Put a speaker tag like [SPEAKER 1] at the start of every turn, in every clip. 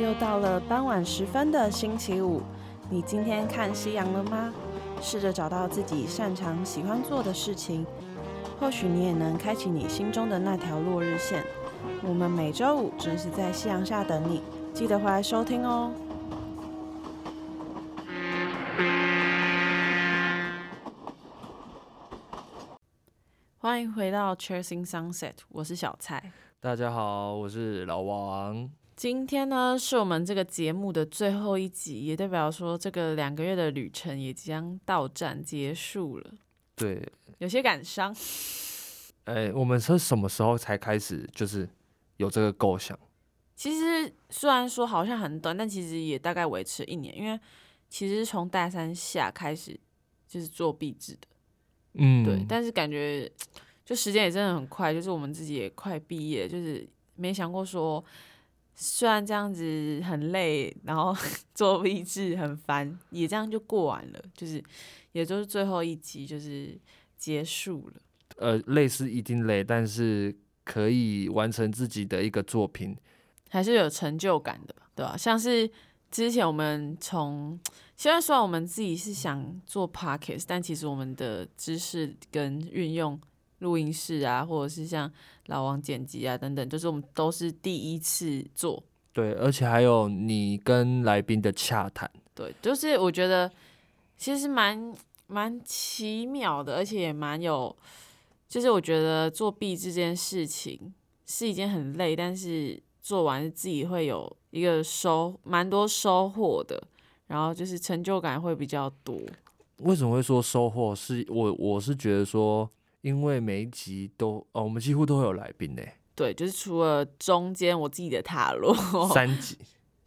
[SPEAKER 1] 又到了傍晚时分的星期五，你今天看夕阳了吗？试着找到自己擅长、喜欢做的事情，或许你也能开启你心中的那条落日线。我们每周五准时在夕阳下等你，记得回来收听哦。欢迎回到 Chasing Sunset，我是小蔡。
[SPEAKER 2] 大家好，我是老王。
[SPEAKER 1] 今天呢，是我们这个节目的最后一集，也代表说这个两个月的旅程也即将到站结束了，
[SPEAKER 2] 对，
[SPEAKER 1] 有些感伤。
[SPEAKER 2] 哎、我们是什么时候才开始就是有这个构想？
[SPEAKER 1] 其实虽然说好像很短，但其实也大概维持一年，因为其实是从大三下开始就是做壁纸的，
[SPEAKER 2] 嗯
[SPEAKER 1] 对，但是感觉就时间也真的很快，就是我们自己也快毕业，就是没想过说。虽然这样子很累，然后 做壁纸很烦，也这样就过完了，就是也就是最后一集就是结束了。
[SPEAKER 2] 呃，累是一定累，但是可以完成自己的一个作品。
[SPEAKER 1] 还是有成就感的吧，对吧、像是之前我们从，虽然说我们自己是想做 podcast，但其实我们的知识跟运用录音室啊，或者是像老王剪辑啊等等，就是我们都是第一次做，
[SPEAKER 2] 对，而且还有你跟来宾的洽谈，
[SPEAKER 1] 对，就是我觉得其实蛮蛮奇妙的，而且也蛮有，就是我觉得做壁纸这件事情是一件很累，但是做完自己会有一个收蛮多收获的，然后就是成就感会比较多。
[SPEAKER 2] 为什么会说收获？是我我是觉得说，因为每一集都哦，我们几乎都会有来宾呢、
[SPEAKER 1] 对，就是除了中间我自己的塔罗，
[SPEAKER 2] 三集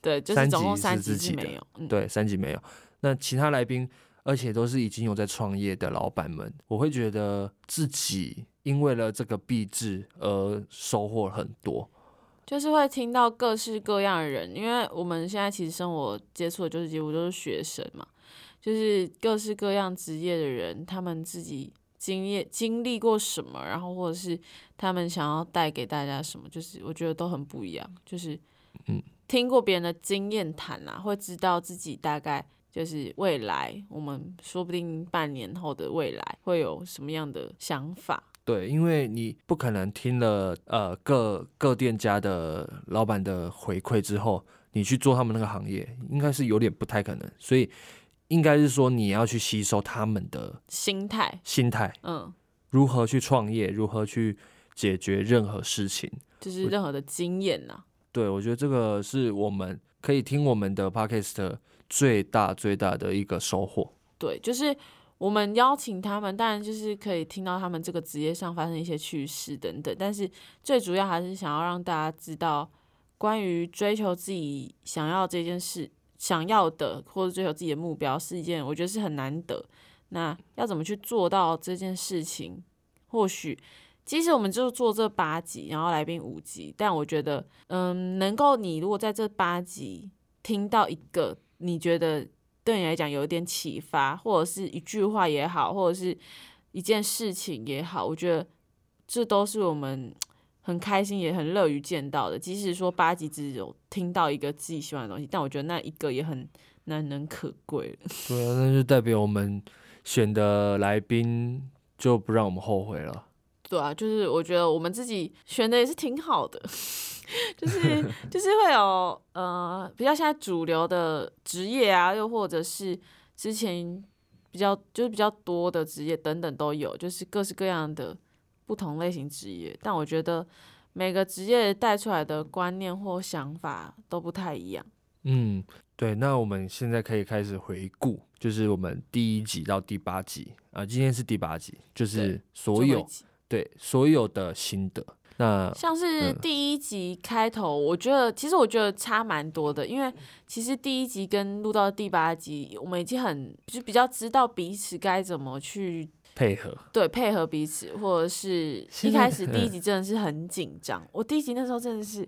[SPEAKER 1] 对，就
[SPEAKER 2] 三
[SPEAKER 1] 是总
[SPEAKER 2] 集
[SPEAKER 1] 共
[SPEAKER 2] 是
[SPEAKER 1] 三
[SPEAKER 2] 自
[SPEAKER 1] 集是
[SPEAKER 2] 己
[SPEAKER 1] 没
[SPEAKER 2] 的
[SPEAKER 1] 有，嗯，
[SPEAKER 2] 对，三集没有。那其他来宾，而且都是已经有在创业的老板们，我会觉得自己因为了这个币制而收获很多。
[SPEAKER 1] 就是会听到各式各样的人，因为我们现在其实生活接触的就是几乎都是学生嘛，就是各式各样职业的人，他们自己经验经历过什么，然后或者是他们想要带给大家什么，就是我觉得都很不一样，就是
[SPEAKER 2] 嗯，
[SPEAKER 1] 听过别人的经验谈啦，会知道自己大概就是未来，我们说不定半年后的未来会有什么样的想法，
[SPEAKER 2] 对，因为你不可能听了呃各各店家的老板的回馈之后，你去做他们那个行业，应该是有点不太可能。所以应该是说你要去吸收他们的
[SPEAKER 1] 心态，
[SPEAKER 2] 心态，
[SPEAKER 1] 嗯，
[SPEAKER 2] 如何去创业，如何去解决任何事情。
[SPEAKER 1] 就是
[SPEAKER 2] 我
[SPEAKER 1] 任何的经验啊啦。
[SPEAKER 2] 对，我觉得这个是我们可以听我们的 podcast 最大最大的一个收获。
[SPEAKER 1] 对，就是我们邀请他们，当然就是可以听到他们这个职业上发生一些趣事等等，但是最主要还是想要让大家知道关于追求自己想要这件事、想要的或者追求自己的目标是一件，我觉得是很难得。那要怎么去做到这件事情？或许其实我们就做这八集，然后来宾五集，但我觉得，嗯，能够你如果在这八集听到一个你觉得对你来讲有一点启发，或者是一句话也好，或者是一件事情也好，我觉得这都是我们很开心也很乐于见到的。即使说八集只有听到一个自己喜欢的东西，但我觉得那一个也很难能可贵了。
[SPEAKER 2] 对啊，那就代表我们选的来宾就不让我们后悔了。
[SPEAKER 1] 对啊，就是我觉得我们自己选的也是挺好的， 就是就是会有呃比较现在主流的职业啊，又或者是之前比较就是比较多的职业等等都有，就是各式各样的不同类型职业。但我觉得每个职业带出来的观念或想法都不太一样。
[SPEAKER 2] 嗯，对，那我们现在可以开始回顾，就是我们第一集到第八集啊、今天是第八集，就是所
[SPEAKER 1] 最后一
[SPEAKER 2] 有
[SPEAKER 1] 集
[SPEAKER 2] 对所有的心得。那
[SPEAKER 1] 像是
[SPEAKER 2] 嗯
[SPEAKER 1] 第一集开头，我觉得其实我觉得差蛮多的，因为其实第一集跟录到第八集，我们已经很就比较知道彼此该怎么去
[SPEAKER 2] 配合
[SPEAKER 1] 对配合彼此，或者是一
[SPEAKER 2] 现在
[SPEAKER 1] 开始第一集真的是很紧张，我第一集那时候真的是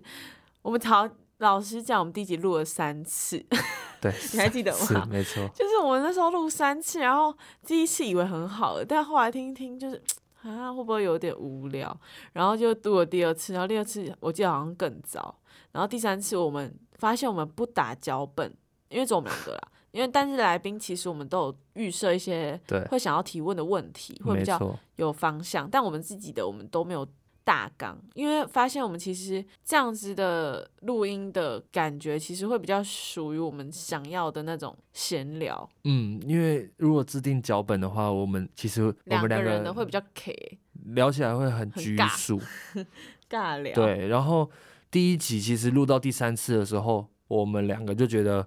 [SPEAKER 1] 我们讨老师讲，我们第一集录了三次，
[SPEAKER 2] 对，
[SPEAKER 1] 你还记得
[SPEAKER 2] 是
[SPEAKER 1] 吗？
[SPEAKER 2] 没错，
[SPEAKER 1] 就是我们那时候录三次，然后第一次以为很好了，但后来听一听就是啊，会不会有点无聊？然后就录了第二次，然后第二次我记得好像更糟，然后第三次我们发现我们不打脚本，因为只有我们两个啦。因为但是来宾其实我们都有预设一些
[SPEAKER 2] 对，
[SPEAKER 1] 会想要提问的问题，会
[SPEAKER 2] 没
[SPEAKER 1] 比较
[SPEAKER 2] 错，
[SPEAKER 1] 有方向，但我们自己的我们都没有大纲，因为发现我们其实这样子的录音的感觉，其实会比较属于我们想要的那种闲聊，
[SPEAKER 2] 嗯，因为如果制定脚本的话，我们其实我
[SPEAKER 1] 两
[SPEAKER 2] 们两
[SPEAKER 1] 人的会
[SPEAKER 2] 个
[SPEAKER 1] 比较 K
[SPEAKER 2] 聊起来会很
[SPEAKER 1] 很
[SPEAKER 2] 拘
[SPEAKER 1] 尬啊
[SPEAKER 2] 束，
[SPEAKER 1] 尬聊，，
[SPEAKER 2] 对。然后第一集其实录到第三次的时候，我们两个就觉得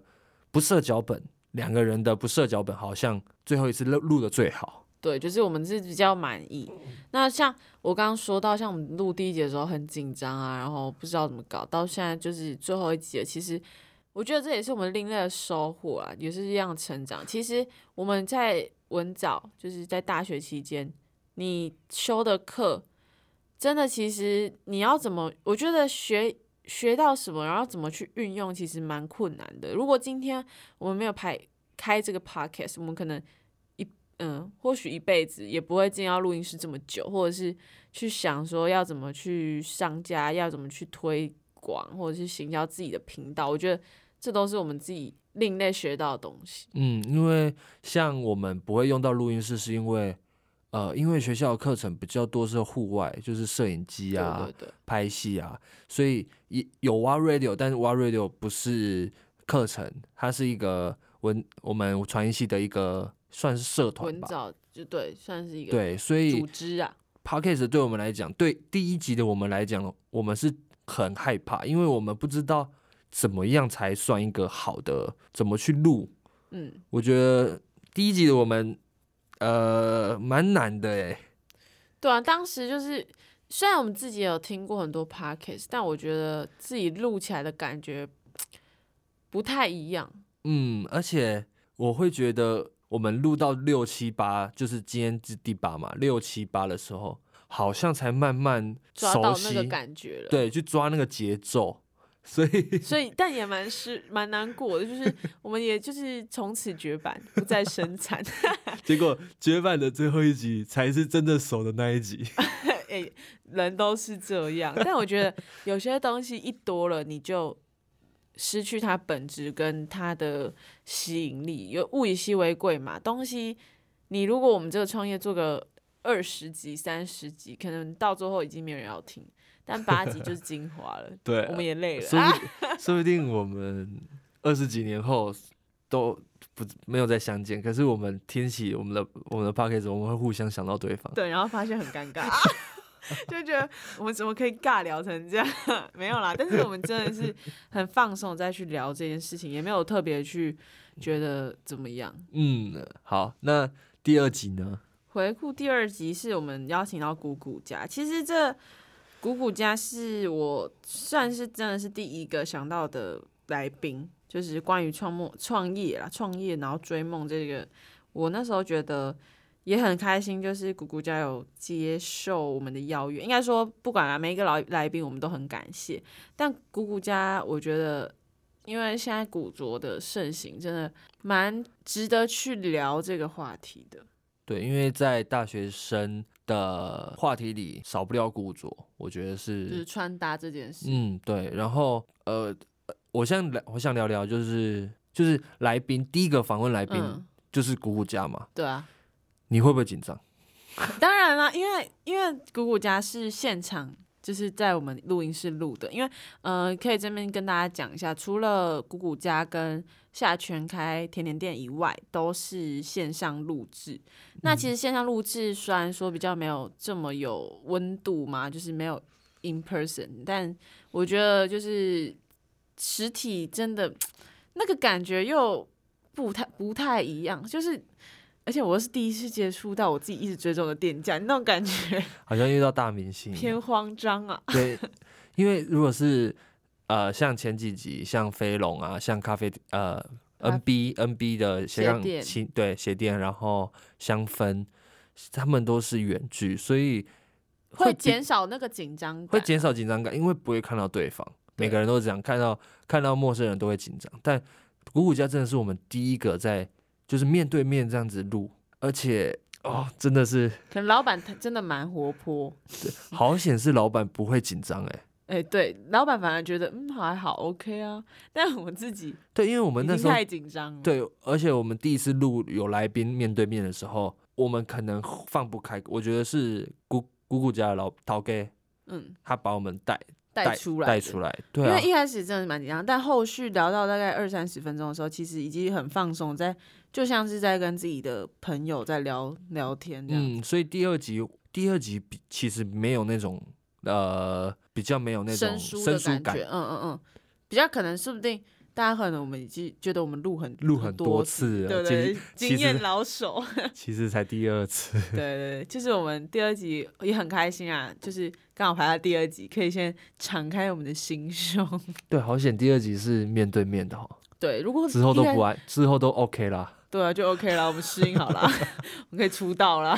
[SPEAKER 2] 不设脚本，两个人的不设脚本好像最后一次录录的最好，
[SPEAKER 1] 对，就是我们是比较满意。那像我刚刚说到，像我们录第一集的时候很紧张啊，然后不知道怎么搞，到现在就是最后一集了，其实。我觉得这也是我们另类的收获啊，也是一样成长。其实我们在文藻，就是在大学期间，你修的课，真的其实你要怎么，我觉得学学到什么，然后怎么去运用，其实蛮困难的。如果今天我们没有拍开这个 podcast，我们可能一嗯，或许一辈子也不会进到录音室这么久，或者是去想说要怎么去上架，要怎么去推广，或者是行销自己的频道。我觉得这都是我们自己另类学到的东西。
[SPEAKER 2] 嗯，因为像我们不会用到录音室，是因为呃，因为学校的课程比较多是户外，就是摄影机啊，
[SPEAKER 1] 对对对。
[SPEAKER 2] 拍戏啊，所以也有挖 radio，但是挖 radio 不是课程，它是一个文我们传艺系的一个算是社团
[SPEAKER 1] 文
[SPEAKER 2] 吧。
[SPEAKER 1] 藻就对，算是一个
[SPEAKER 2] 对，所
[SPEAKER 1] 组
[SPEAKER 2] 以
[SPEAKER 1] 织啊，
[SPEAKER 2] podcast 对我们来讲，对第一集的我们来讲，我们是很害怕，因为我们不知道怎么样才算一个好的，怎么去录。
[SPEAKER 1] 嗯，
[SPEAKER 2] 我觉得第一集的我们，呃，蛮难的诶。
[SPEAKER 1] 对啊，当时就是虽然我们自己也有听过很多 podcast，但我觉得自己录起来的感觉不太一样。
[SPEAKER 2] 嗯，而且我会觉得，我们录到六七八，就是今天是第八嘛，六七八的时候，好像才慢慢
[SPEAKER 1] 抓
[SPEAKER 2] 熟
[SPEAKER 1] 到那个
[SPEAKER 2] 悉，
[SPEAKER 1] 感觉了，
[SPEAKER 2] 对，去抓那个节奏。所以，
[SPEAKER 1] 所以但也蛮失蛮难过的，就是我们也就是从此绝版，不再生产。
[SPEAKER 2] 结果绝版的最后一集才是真的熟的那一集。。
[SPEAKER 1] 哎、人都是这样，但我觉得有些东西一多了，你就失去它本质跟它的吸引力。有物以稀为贵嘛，东西你如果我们这个创业做个二十集、三十集，可能到最后已经没有人要听，但八集就是精华了
[SPEAKER 2] 对
[SPEAKER 1] 我们也累了
[SPEAKER 2] 说
[SPEAKER 1] 啊。
[SPEAKER 2] 不定，说不定我们二十几年后都不没有再相见，可是我们听起我们的我们的 p o c k e t 我们会互相想到对方。
[SPEAKER 1] 对，然后发现很尴尬， 就觉得我们怎么可以尬聊成这样？ 没有啦，但是我们真的是很放松地再去聊这件事情，也没有特别去觉得怎么样。
[SPEAKER 2] 嗯，好，那第二集呢？
[SPEAKER 1] 回顾第二集是我们邀请到谷谷家，其实这谷谷家是我算是真的是第一个想到的来宾，就是关于创梦创业啦，创业然后追梦这个，我那时候觉得也很开心，就是谷谷家有接受我们的邀约，应该说不管啦，每一个来来宾我们都很感谢，但谷谷家我觉得。因为现在古着的盛行，真的蛮值得去聊这个话题的。
[SPEAKER 2] 对，因为在大学生的话题里少不了古着，我觉得
[SPEAKER 1] 就是
[SPEAKER 2] 是，
[SPEAKER 1] 穿搭这件事。
[SPEAKER 2] 嗯，对。然后呃，呃我想聊，我想聊聊就是就是来宾第一个访问来宾、
[SPEAKER 1] 嗯，
[SPEAKER 2] 就是姑姑家嘛，
[SPEAKER 1] 对啊，
[SPEAKER 2] 你会不会紧张？
[SPEAKER 1] 当然啦，因为因为谷谷家是现场。就是在我们录音室录的，因为呃，可以这边跟大家讲一下，除了谷谷家跟夏全开甜点店以外，都是线上录制。那其实线上录制虽然说比较没有这么有温度嘛，就是没有 in person，但我觉得就是实体真的那个感觉又不太不太一样，就是而且我又是第一次接触到我自己一直追踪的店家，那种感 觉
[SPEAKER 2] 好像遇到大明星一样，
[SPEAKER 1] 偏慌张啊。
[SPEAKER 2] 对，因为如果是呃，像前几集，像飞龙啊，像咖啡呃
[SPEAKER 1] 咖
[SPEAKER 2] NB NB 的斜
[SPEAKER 1] 鞋
[SPEAKER 2] 杠
[SPEAKER 1] 店
[SPEAKER 2] 青对鞋店，然后香氛，他们都是远距，所以
[SPEAKER 1] 会
[SPEAKER 2] 比
[SPEAKER 1] 减少那个紧张感，
[SPEAKER 2] 会减少紧张感，因为不会看到对方，每
[SPEAKER 1] 对
[SPEAKER 2] 个人都这样，看到看到陌生人都会紧张。但古古家真的是我们第一个在就是面对面这样子录，而且哦，真的是
[SPEAKER 1] 可能老板他真的蛮活泼，
[SPEAKER 2] 好显示老板不会紧张哎、
[SPEAKER 1] 哎、对，老板反而觉得嗯还好 OK 啊，但我自己
[SPEAKER 2] 对，因为我们
[SPEAKER 1] 已
[SPEAKER 2] 那
[SPEAKER 1] 经
[SPEAKER 2] 时候
[SPEAKER 1] 太紧张了。，
[SPEAKER 2] 对，而且我们第一次录有来宾面对面的时候，我们可能放不开。我觉得是姑姑姑家的老陶哥，
[SPEAKER 1] 嗯，
[SPEAKER 2] 他把我们带
[SPEAKER 1] 带出来，
[SPEAKER 2] 带出
[SPEAKER 1] 来。
[SPEAKER 2] 来，
[SPEAKER 1] 因
[SPEAKER 2] 对啊
[SPEAKER 1] 为，一开始真的蛮紧张，但后续聊到大概二三十分钟的时候，其实已经很放松，在就像是在跟自己的朋友在聊聊天这样。
[SPEAKER 2] 嗯，所以第二集第二集比其实没有那种呃比较没有那种
[SPEAKER 1] 生疏的
[SPEAKER 2] 生疏
[SPEAKER 1] 觉，嗯嗯嗯，比较可能说不定大家可能我们已经觉得我们录很
[SPEAKER 2] 录
[SPEAKER 1] 很
[SPEAKER 2] 很多
[SPEAKER 1] 次，
[SPEAKER 2] 次
[SPEAKER 1] 对
[SPEAKER 2] 了，
[SPEAKER 1] 不
[SPEAKER 2] 其
[SPEAKER 1] 对
[SPEAKER 2] 实？
[SPEAKER 1] 经
[SPEAKER 2] 其
[SPEAKER 1] 验
[SPEAKER 2] 实
[SPEAKER 1] 老手，
[SPEAKER 2] 其实才第二次，
[SPEAKER 1] 对对对，就是我们第二集也很开心啊，就是刚好排到第二集，可以先敞开我们的心胸。
[SPEAKER 2] 对，好险第二集是面 对面的哈，
[SPEAKER 1] 对，如果
[SPEAKER 2] 之后都
[SPEAKER 1] 一开
[SPEAKER 2] 不爱，之后都 OK 啦。
[SPEAKER 1] 对啊，就 OK 了，我们适应好 了，我们可以出道了，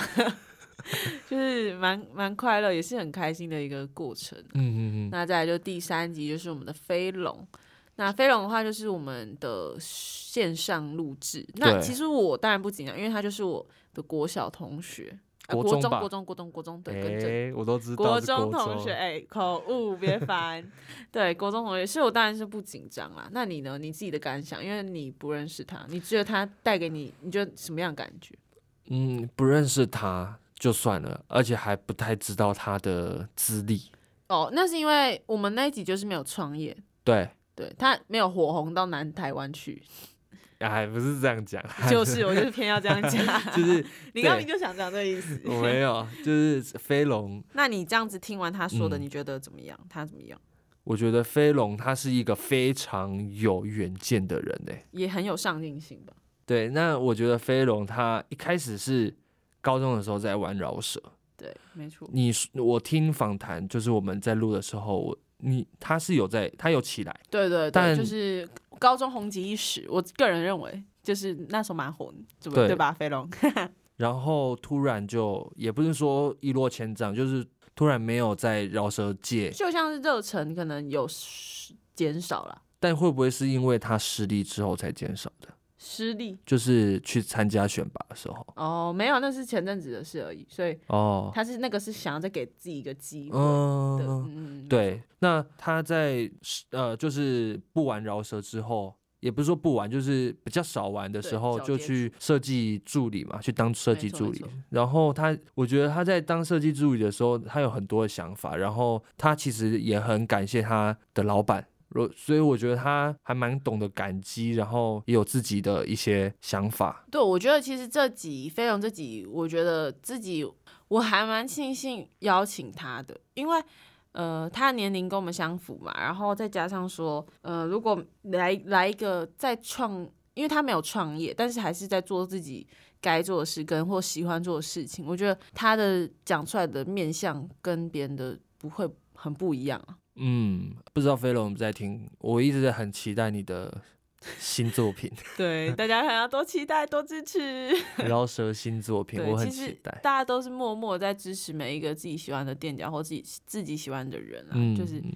[SPEAKER 1] 就是蛮蛮快乐，也是很开心的一个过程。
[SPEAKER 2] 嗯嗯嗯，
[SPEAKER 1] 那再来就第三集就是我们的飞龙。那飞龙的话就是我们的线上录制。那
[SPEAKER 2] 对
[SPEAKER 1] 其实我当然不紧张，因为他就是我的国小同学，呃、
[SPEAKER 2] 国
[SPEAKER 1] 国
[SPEAKER 2] 中
[SPEAKER 1] 中
[SPEAKER 2] 吧
[SPEAKER 1] 国中国中国中对，跟着
[SPEAKER 2] 哎，我都知道
[SPEAKER 1] 国
[SPEAKER 2] 是
[SPEAKER 1] 中同学，哎、口误别烦。对，国中同学，所以我当然是不紧张啦。那你呢？你自己的感想，因为你不认识他，你觉得他带给你，你觉得什么样的感觉？
[SPEAKER 2] 嗯，不认识他就算了，而且还不太知道他的资历。
[SPEAKER 1] 哦，那是因为我们那一集就是没有创业，
[SPEAKER 2] 对，
[SPEAKER 1] 对他没有火红到南台湾去，
[SPEAKER 2] 还不是这样讲，
[SPEAKER 1] 就是我就是偏要这样讲，
[SPEAKER 2] 就是
[SPEAKER 1] 你刚
[SPEAKER 2] 对
[SPEAKER 1] 明就想讲这个意思。
[SPEAKER 2] 我没有，就是飞龙。
[SPEAKER 1] 那你这样子听完他说的，
[SPEAKER 2] 嗯
[SPEAKER 1] 你觉得怎么样？他怎么样？
[SPEAKER 2] 我觉得飞龙他是一个非常有远见的人诶。
[SPEAKER 1] 也很有上进心吧？
[SPEAKER 2] 对，那我觉得飞龙他一开始是高中的时候在玩饶舌，
[SPEAKER 1] 对，没错。
[SPEAKER 2] 你我听访谈，就是我们在录的时候，我你他是有在，他有起来，
[SPEAKER 1] 对对对，
[SPEAKER 2] 但
[SPEAKER 1] 就是高中红极一时，我个人认为就是那时候蛮红，怎么
[SPEAKER 2] 对
[SPEAKER 1] 对吧？飞龙，
[SPEAKER 2] 然后突然就也不是说一落千丈，就是突然没有在饶舌界，
[SPEAKER 1] 就像是热忱可能有减少了，
[SPEAKER 2] 但会不会是因为他失利之后才减少的？
[SPEAKER 1] 失利
[SPEAKER 2] 就是去参加选拔的时候，
[SPEAKER 1] 哦，没有，那是前阵子的事而已，所以
[SPEAKER 2] 哦，
[SPEAKER 1] 他是那个是想要再给自己一个机会的，
[SPEAKER 2] 嗯，
[SPEAKER 1] 嗯，嗯，
[SPEAKER 2] 对，那他在呃，就是不玩饶舌之后，也不是说不玩，就是比较少玩的时
[SPEAKER 1] 对
[SPEAKER 2] 候，
[SPEAKER 1] 少
[SPEAKER 2] 就
[SPEAKER 1] 接
[SPEAKER 2] 去设计助理嘛，去当设
[SPEAKER 1] 没
[SPEAKER 2] 计
[SPEAKER 1] 错
[SPEAKER 2] 助
[SPEAKER 1] 没
[SPEAKER 2] 理
[SPEAKER 1] 错。
[SPEAKER 2] 然后他，我觉得他在当设计助理的时候，他有很多的想法，然后他其实也很感谢他的老板。我所以我觉得他还蛮懂得感激，然后也有自己的一些想法。
[SPEAKER 1] 对，我觉得其实这集飞龙这集，我觉得自己我还蛮庆幸邀请他的，因为呃，他的年龄跟我们相符嘛，然后再加上说，呃，如果来来一个再创，因为他没有创业，但是还是在做自己该做的事跟或喜欢做的事情，我觉得他的讲出来的面相跟别人的不会很不一样啊。
[SPEAKER 2] 嗯，不知道飞龙有没有在听，我一直在很期待你的新作 品。
[SPEAKER 1] 对，大家还要多期待，多支持。
[SPEAKER 2] 饶舌新作品，
[SPEAKER 1] 对，
[SPEAKER 2] 我很
[SPEAKER 1] 其实
[SPEAKER 2] 期待。
[SPEAKER 1] 大家都是默默在支持每一个自己喜欢的店家或自己自己喜欢的人啊，
[SPEAKER 2] 嗯，
[SPEAKER 1] 就是
[SPEAKER 2] 嗯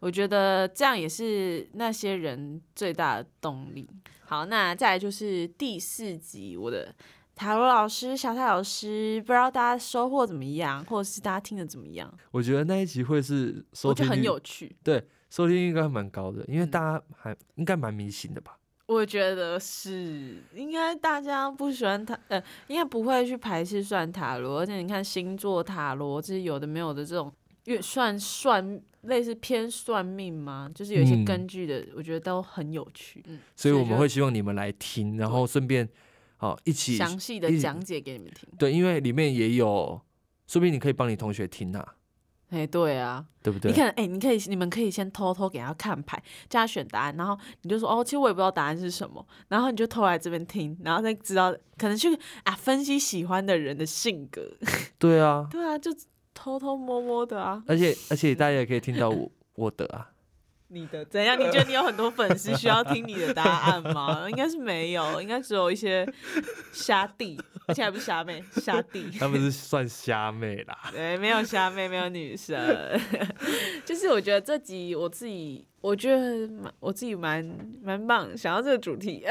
[SPEAKER 1] 我觉得这样也是那些人最大的动力。好，那再来就是第四集，我的塔罗老师小泰老师，不知道大家收获怎么样，或者是大家听的怎么样，
[SPEAKER 2] 我觉得那一集会是收
[SPEAKER 1] 我觉
[SPEAKER 2] 听
[SPEAKER 1] 得很
[SPEAKER 2] 率
[SPEAKER 1] 有趣。
[SPEAKER 2] 收听率应该蛮高的，因为
[SPEAKER 1] 嗯
[SPEAKER 2] 大家还应该蛮迷信的吧？
[SPEAKER 1] 我觉得是，应该大家不喜欢塔，呃，应该不会去排斥算塔罗，而且你看星座塔罗，这些有的没有的这种，越算算类似偏算命吗？就是有一些
[SPEAKER 2] 嗯
[SPEAKER 1] 根据的，我觉得都很有趣，嗯，
[SPEAKER 2] 所以我
[SPEAKER 1] 就
[SPEAKER 2] 们会希望你们来听，然后顺便好一起
[SPEAKER 1] 详细的
[SPEAKER 2] 一起
[SPEAKER 1] 讲解给你们听。
[SPEAKER 2] 对，因为里面也有，说不定你可以帮你同学听啊，
[SPEAKER 1] 哎，对啊，
[SPEAKER 2] 对不对
[SPEAKER 1] 你？看，哎，你可以，你们可以先偷偷给他看牌，叫他选答案，然后你就说，哦，其实我也不知道答案是什么，然后你就偷来这边听，然后再知道，可能去啊分析喜欢的人的性格。
[SPEAKER 2] 对啊，
[SPEAKER 1] 对啊，就偷偷摸摸的啊。
[SPEAKER 2] 而且而且大家也可以听到我我的 啊，
[SPEAKER 1] 你的呃怎样？你觉得你有很多粉丝需要听你的答案吗？应该是没有，应该只有一些虾弟，而且还不是虾妹，虾弟。
[SPEAKER 2] 他们是算虾妹啦。
[SPEAKER 1] 对，没有虾妹，没有女生。 就是我觉得这集我自己，我觉得蛮我自己蛮蛮棒，想要这个主题，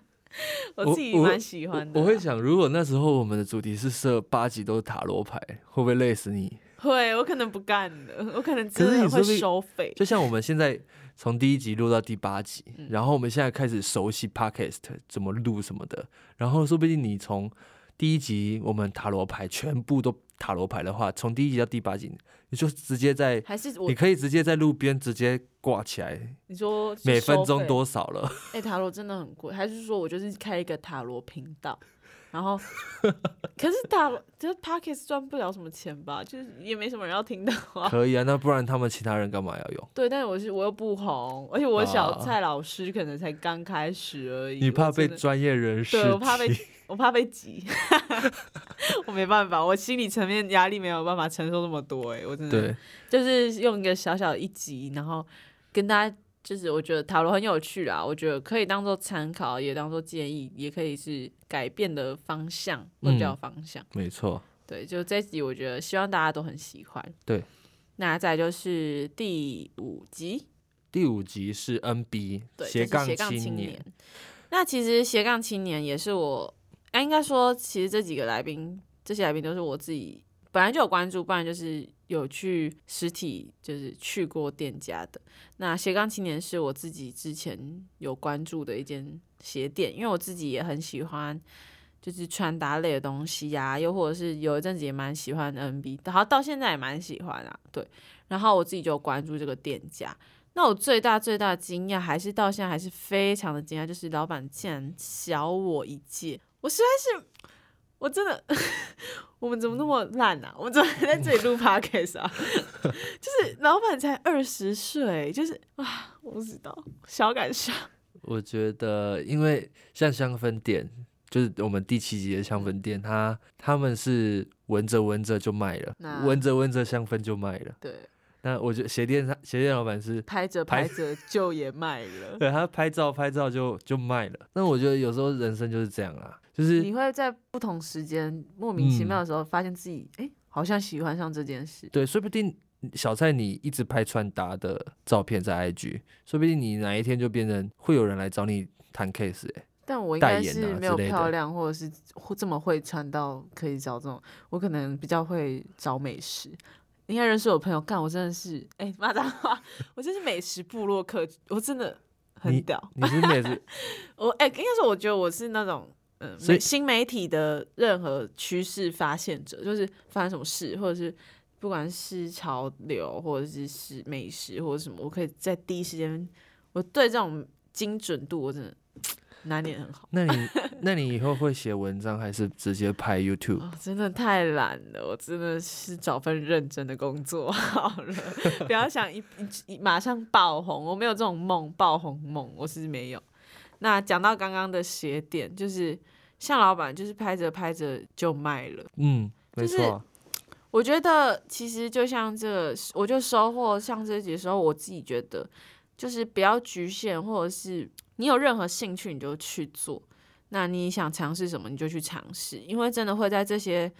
[SPEAKER 1] 我自己
[SPEAKER 2] 我
[SPEAKER 1] 蛮喜欢的
[SPEAKER 2] 我我会想，如果那时候我们的主题是设八集都是塔罗牌，会不会累死你？
[SPEAKER 1] 会，我可能不干了，我可能
[SPEAKER 2] 可
[SPEAKER 1] 真
[SPEAKER 2] 是
[SPEAKER 1] 的
[SPEAKER 2] 你
[SPEAKER 1] 会
[SPEAKER 2] 说不定
[SPEAKER 1] 收费。
[SPEAKER 2] 就像我们现在从第一集录到第八集，
[SPEAKER 1] 嗯
[SPEAKER 2] 然后我们现在开始熟悉 podcast 怎么录什么的，然后说不定你从第一集我们塔罗牌全部都塔罗牌的话，从第一集到第八集，你就直接在
[SPEAKER 1] 还是我
[SPEAKER 2] 你可以直接在路边直接挂起来，
[SPEAKER 1] 你说是
[SPEAKER 2] 每
[SPEAKER 1] 收
[SPEAKER 2] 分钟
[SPEAKER 1] 费
[SPEAKER 2] 多少 了？
[SPEAKER 1] 哎、塔罗真的很贵，还是说我就是开一个塔罗频道，然 后，可是塔罗就是 p o c k e t 赚不了什么钱吧，就是也没什么人要听到啊。
[SPEAKER 2] 可以啊，那不然他们其他人干嘛要用？
[SPEAKER 1] 对，但是我是我又不红，而且我小
[SPEAKER 2] 啊
[SPEAKER 1] 蔡老师可能才刚开始而已。
[SPEAKER 2] 你
[SPEAKER 1] 我
[SPEAKER 2] 怕被
[SPEAKER 1] 真的
[SPEAKER 2] 专业人士
[SPEAKER 1] 对我怕被
[SPEAKER 2] 踢
[SPEAKER 1] 我怕被挤， 我没办法，我心理层面压力没有办法承受那么多、哎，我真的
[SPEAKER 2] 对
[SPEAKER 1] 就是用一个小小的一集，然后跟大家就是我觉得塔罗很有趣啦，我觉得可以当做参考，也当做建议，也可以是改变的方向，会比较有方向。
[SPEAKER 2] 没错，
[SPEAKER 1] 对，就这一集我觉得希望大家都很喜欢。
[SPEAKER 2] 对，
[SPEAKER 1] 那再来就是第五集，
[SPEAKER 2] 第五集是 NB
[SPEAKER 1] 对，就是
[SPEAKER 2] 斜杠
[SPEAKER 1] 斜杠
[SPEAKER 2] 青
[SPEAKER 1] 青。那其实斜杠青年也是我，哎、应该说其实这几个来宾，这些来宾都是我自己本来就有关注，不然就是有去实体就是去过店家的。那斜杠青年是我自己之前有关注的一间鞋店，因为我自己也很喜欢。就是穿搭类的东西呀、又或者是有一阵子也蛮喜欢 NB，然后到现在也蛮喜欢啊，对。然后我自己就有关注这个店家，那我最大最大的惊讶，还是到现在还是非常的惊讶，就是老板竟然小我一届，我实在是，我真的， 我们怎么那么烂啊？我们怎么还在这里录 podcast 啊？ 就是老板才二十岁，就是啊，我不知道，小感伤。
[SPEAKER 2] 我觉得，因为像香氛店，就是我们第七集的香氛店，它他们是闻着闻着就卖了
[SPEAKER 1] 那，
[SPEAKER 2] 闻着闻着香氛就卖了。
[SPEAKER 1] 对，
[SPEAKER 2] 那我觉得鞋店他鞋店老板是，
[SPEAKER 1] 拍着拍
[SPEAKER 2] 拍
[SPEAKER 1] 着就也卖了。
[SPEAKER 2] 对他拍照拍照就就卖了。那我觉得有时候人生就是这样啦，就是
[SPEAKER 1] 你会在不同时间莫名其妙的时候，发现自己哎、诶好像喜欢上这件事。
[SPEAKER 2] 对，说不定小蔡你一直拍穿搭的照片在 IG，说不定你哪一天就变成会有人来找你谈 case 哎、
[SPEAKER 1] 但我应
[SPEAKER 2] 代
[SPEAKER 1] 该
[SPEAKER 2] 言
[SPEAKER 1] 是
[SPEAKER 2] 啊
[SPEAKER 1] 没
[SPEAKER 2] 之
[SPEAKER 1] 有
[SPEAKER 2] 类
[SPEAKER 1] 漂
[SPEAKER 2] 的
[SPEAKER 1] 亮，或者是会这么会穿到可以找这种，我可能比较会找美食。应该认识我朋友，干我真的是，哎、妈的， 我真是美食部落客，我真的很屌。
[SPEAKER 2] 你是 每次
[SPEAKER 1] 我哎、应该说我觉得我是那种，嗯、
[SPEAKER 2] 所
[SPEAKER 1] 美
[SPEAKER 2] 以
[SPEAKER 1] 新媒体的任何趋势发现者，就是发生什么事，或者是不管是潮流，或者是是美食或者什么，我可以在第一时间，我对这种精准度我真的拿捏得很好。
[SPEAKER 2] 那你那你以后会写文章还是直接拍 YouTube？
[SPEAKER 1] 哦，真的太懒了，我真的是找份认真的工作 好了，不要想一一一马上爆红，我没有这种梦，爆红梦我是没有。那讲到刚刚的鞋点，就是像老板，就是拍着拍着就卖了。
[SPEAKER 2] 嗯，没
[SPEAKER 1] 就是
[SPEAKER 2] 错啊、
[SPEAKER 1] 我觉得其实就像这个，我就收获像这集的时候，我自己觉得就是不要局限，或者是你有任何兴趣你就去做。那你想尝试什么你就去尝试，因为真的会在这些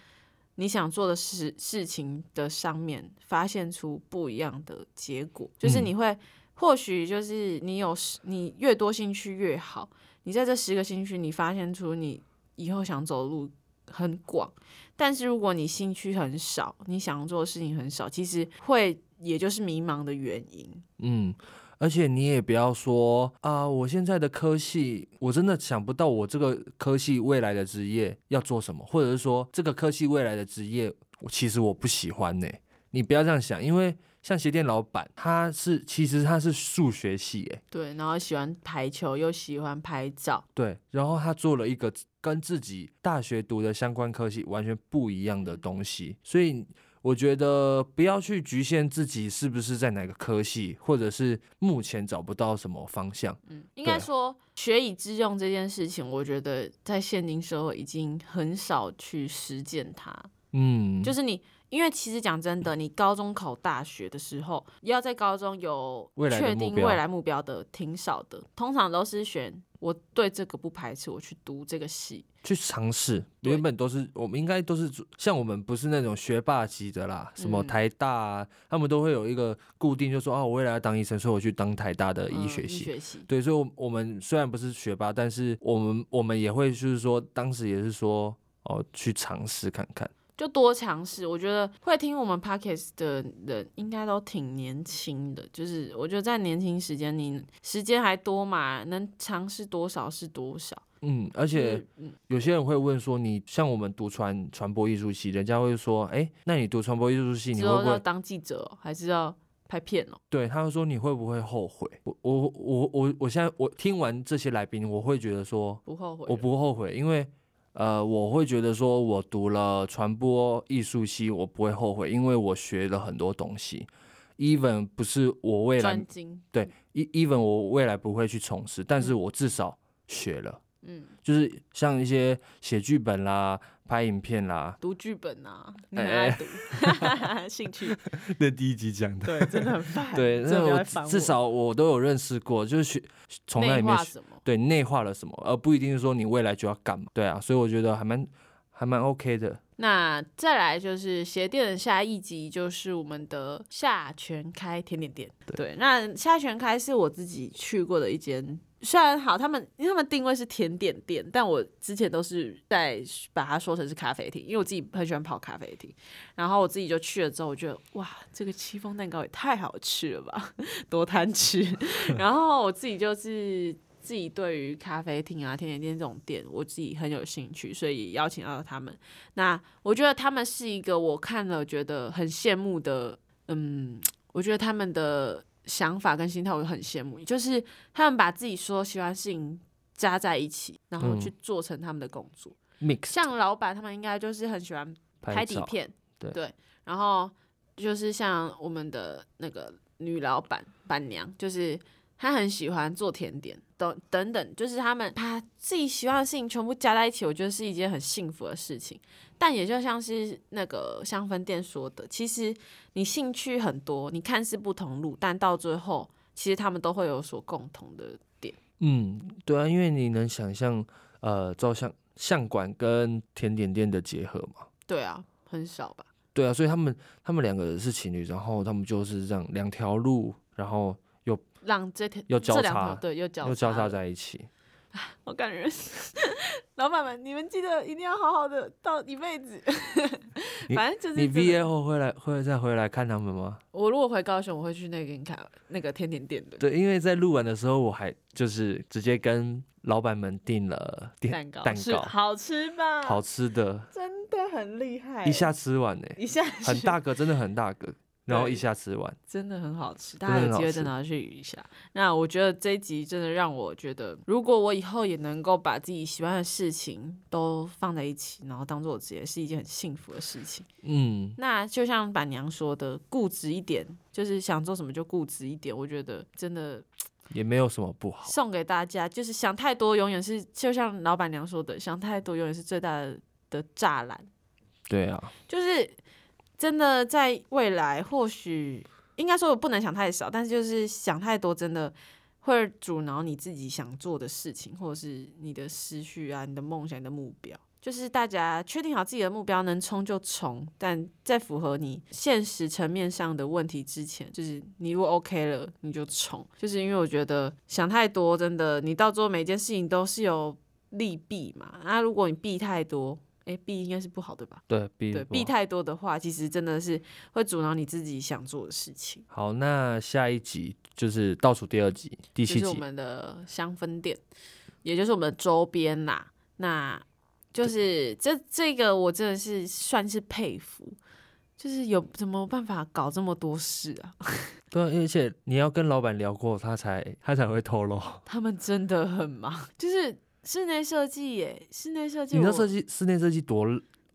[SPEAKER 1] 你想做的事事情的上面发现出不一样的结果，就是
[SPEAKER 2] 嗯
[SPEAKER 1] 你会、或许就是你有十你越多兴趣越好，你在这十个兴趣你发现出你以后想走的路很广。但是如果你兴趣很少，你想做的事情很少，其实会也就是迷茫的原因。
[SPEAKER 2] 嗯，而且你也不要说啊，我现在的科系，我真的想不到我这个科系未来的职业要做什么，或者是说这个科系未来的职业，我其实我不喜欢呢、你不要这样想，因为像鞋店老板，他是其实他是数学系、欸，
[SPEAKER 1] 对，然后喜欢排球，又喜欢拍照，
[SPEAKER 2] 对，然后他做了一个跟自己大学读的相关科系完全不一样的东西，所以我觉得不要去局限自己是不是在哪个科系，或者是目前找不到什么方向。
[SPEAKER 1] 嗯，应
[SPEAKER 2] 对
[SPEAKER 1] 该
[SPEAKER 2] 啊
[SPEAKER 1] 说学以致用这件事情，我觉得在现今社会已经很少去实践它。
[SPEAKER 2] 嗯，
[SPEAKER 1] 就是你，因为其实讲真的，你高中考大学的时候，要在高中有
[SPEAKER 2] 未来的
[SPEAKER 1] 确
[SPEAKER 2] 目
[SPEAKER 1] 定
[SPEAKER 2] 标
[SPEAKER 1] 未来目标的挺少的，通常都是选我对这个不排斥，我去读这个系。
[SPEAKER 2] 去尝试，
[SPEAKER 1] 对
[SPEAKER 2] 原本都是我们应该都是主像我们不是那种学霸级的啦，什么
[SPEAKER 1] 嗯
[SPEAKER 2] 台大、啊，他们都会有一个固定，就说啊，我未来要当医生，所以我去当台大的医
[SPEAKER 1] 嗯
[SPEAKER 2] 学系。
[SPEAKER 1] 医学系，
[SPEAKER 2] 对，所以，我我们虽然不是学霸，但是我们我们也会就是说，当时也是说哦，去尝试看看。
[SPEAKER 1] 就多尝试。我觉得会听我们 podcast 的人应该都挺年轻的，就是我觉得在年轻时间，你时间还多嘛，能尝试多少是多少。
[SPEAKER 2] 嗯，而且
[SPEAKER 1] 就是嗯
[SPEAKER 2] 有些人会问说，你像我们读传传播艺术系，人家会说，哎、那你读传播艺术系，你
[SPEAKER 1] 之
[SPEAKER 2] 会
[SPEAKER 1] 后
[SPEAKER 2] 不
[SPEAKER 1] 要
[SPEAKER 2] 会？
[SPEAKER 1] 当记者哦还是要拍片哦？
[SPEAKER 2] 对，他会说你会不会后悔？我我我我我现在我听完这些来宾，我会觉得说，
[SPEAKER 1] 不后悔了。
[SPEAKER 2] 我不后悔，因为呃，我会觉得说我读了传播艺术系，我不会后悔，因为我学了很多东西。even 不是我未来
[SPEAKER 1] 专精，
[SPEAKER 2] 对，e-，even 我未来不会去从事，但是我至少学了，
[SPEAKER 1] 嗯，
[SPEAKER 2] 就是像一些写剧本啦、拍影片啦，
[SPEAKER 1] 读剧本啊，你
[SPEAKER 2] 哎
[SPEAKER 1] 很爱读， 兴趣，
[SPEAKER 2] 那第一集讲的，
[SPEAKER 1] 对，真的很烦。
[SPEAKER 2] 对，
[SPEAKER 1] 真的
[SPEAKER 2] 那
[SPEAKER 1] 不要
[SPEAKER 2] 我
[SPEAKER 1] 来
[SPEAKER 2] 至
[SPEAKER 1] 烦我
[SPEAKER 2] 至少我都有认识过，就是学从那
[SPEAKER 1] 内
[SPEAKER 2] 里面
[SPEAKER 1] 化
[SPEAKER 2] 学
[SPEAKER 1] 什么？
[SPEAKER 2] 对内化了什么，而不一定是说你未来就要干嘛，对啊，所以我觉得还蛮还蛮 OK 的。
[SPEAKER 1] 那再来就是鞋垫的下一集，就是我们的下泉开甜点店。
[SPEAKER 2] 对
[SPEAKER 1] 对，那下泉开是我自己去过的一间，虽然好，他们因为他们定位是甜点店，但我之前都是在把它说成是咖啡厅，因为我自己很喜欢跑咖啡厅。然后我自己就去了之后，我觉得哇，这个戚风蛋糕也太好吃了吧，多贪吃。然后我自己就是自己对于咖啡厅啊、甜点店这种店，我自己很有兴趣，所以也邀请到了他们。那我觉得他们是一个我看了觉得很羡慕的，嗯，我觉得他们的想法跟心态我很羡慕，就是他们把自己所有喜欢的事情加在一起，然后
[SPEAKER 2] 嗯
[SPEAKER 1] 去做成他们的工作。
[SPEAKER 2] mix
[SPEAKER 1] 像老板他们应该就是很喜欢拍底
[SPEAKER 2] 照，
[SPEAKER 1] 片，
[SPEAKER 2] 对
[SPEAKER 1] 然后就是像我们的那个女老板板娘，就是她很喜欢做甜点，等等等，就是他们把自己喜欢的事情全部加在一起，我觉得是一件很幸福的事情。但也就像是那个香氛店说的，其实你兴趣很多，你看似不同路，但到最后其实他们都会有所共同的点。
[SPEAKER 2] 嗯，对啊，因为你能想象呃，照相相馆跟甜点店的结合嘛。
[SPEAKER 1] 对啊，很少吧？
[SPEAKER 2] 对啊，所以他们他们两个是情侣，然后他们就是这样两条路，然后
[SPEAKER 1] 让这天
[SPEAKER 2] 又交
[SPEAKER 1] 这两
[SPEAKER 2] 叉
[SPEAKER 1] 条对又交
[SPEAKER 2] 又交
[SPEAKER 1] 了
[SPEAKER 2] 叉在一起。
[SPEAKER 1] 好感人。 老板们，你们记得一定要好好的到一辈子。
[SPEAKER 2] 你
[SPEAKER 1] 反正就是
[SPEAKER 2] 你
[SPEAKER 1] 真的
[SPEAKER 2] 毕业后会来会再回来看他们吗？
[SPEAKER 1] 我如果回高雄，我会去那个给你看那个甜点店的
[SPEAKER 2] 对，因为在录完的时候，我还就是直接跟老板们订了点
[SPEAKER 1] 蛋糕，
[SPEAKER 2] 蛋
[SPEAKER 1] 是
[SPEAKER 2] 糕
[SPEAKER 1] 好吃吧？
[SPEAKER 2] 好，吃的，
[SPEAKER 1] 真的很厉害，
[SPEAKER 2] 一下吃完呢、欸
[SPEAKER 1] 一下
[SPEAKER 2] 很
[SPEAKER 1] 去，
[SPEAKER 2] 大个，真的很大个，然后一
[SPEAKER 1] 对
[SPEAKER 2] 下吃完。
[SPEAKER 1] 真的很好吃。大家
[SPEAKER 2] 的很
[SPEAKER 1] 有
[SPEAKER 2] 好
[SPEAKER 1] 机会
[SPEAKER 2] 吃
[SPEAKER 1] 真的要去一下。那我觉得这一集真的让我觉得，如果我以后也能够把自己喜欢的事情都放在一起，然后当做我职业，是一件很幸福的事情。
[SPEAKER 2] 嗯，
[SPEAKER 1] 那就像板娘说的，固执一点，就是想做什么就固执一点。我觉得真的
[SPEAKER 2] 也没有什么不好。
[SPEAKER 1] 送给大家，就是想太多永远是，就像老板娘说的，想太多永远是最大的的栅栏。
[SPEAKER 2] 对啊，
[SPEAKER 1] 就是真的在未来，或许应该说我不能想太少，但是就是想太多真的会阻挠你自己想做的事情，或者是你的思绪啊、你的梦想、你的目标。就是大家确定好自己的目标，能冲就冲，但在符合你现实层面上的问题之前，就是你如果 OK 了，你就冲。就是因为我觉得想太多，真的，你到最后每件事情都是有利弊嘛。那、如果你弊太多，诶，弊应该是不好对吧？
[SPEAKER 2] 对，毕
[SPEAKER 1] 对，避太多的话，其实真的是会阻挠你自己想做的事情。
[SPEAKER 2] 好，那下一集就是倒数第二集，第
[SPEAKER 1] 就
[SPEAKER 2] 七
[SPEAKER 1] 是我
[SPEAKER 2] 集。
[SPEAKER 1] 们的香氛店，也就是我们的周边啦。那就是这这个，我真的是算是佩服，就是有怎么办法搞这么多事啊？
[SPEAKER 2] 对啊，而且你要跟老板聊过，他才他才会透露。
[SPEAKER 1] 他们真的很忙，就是室内设计耶，室内设计
[SPEAKER 2] 你
[SPEAKER 1] 我
[SPEAKER 2] 知道设计室内设计多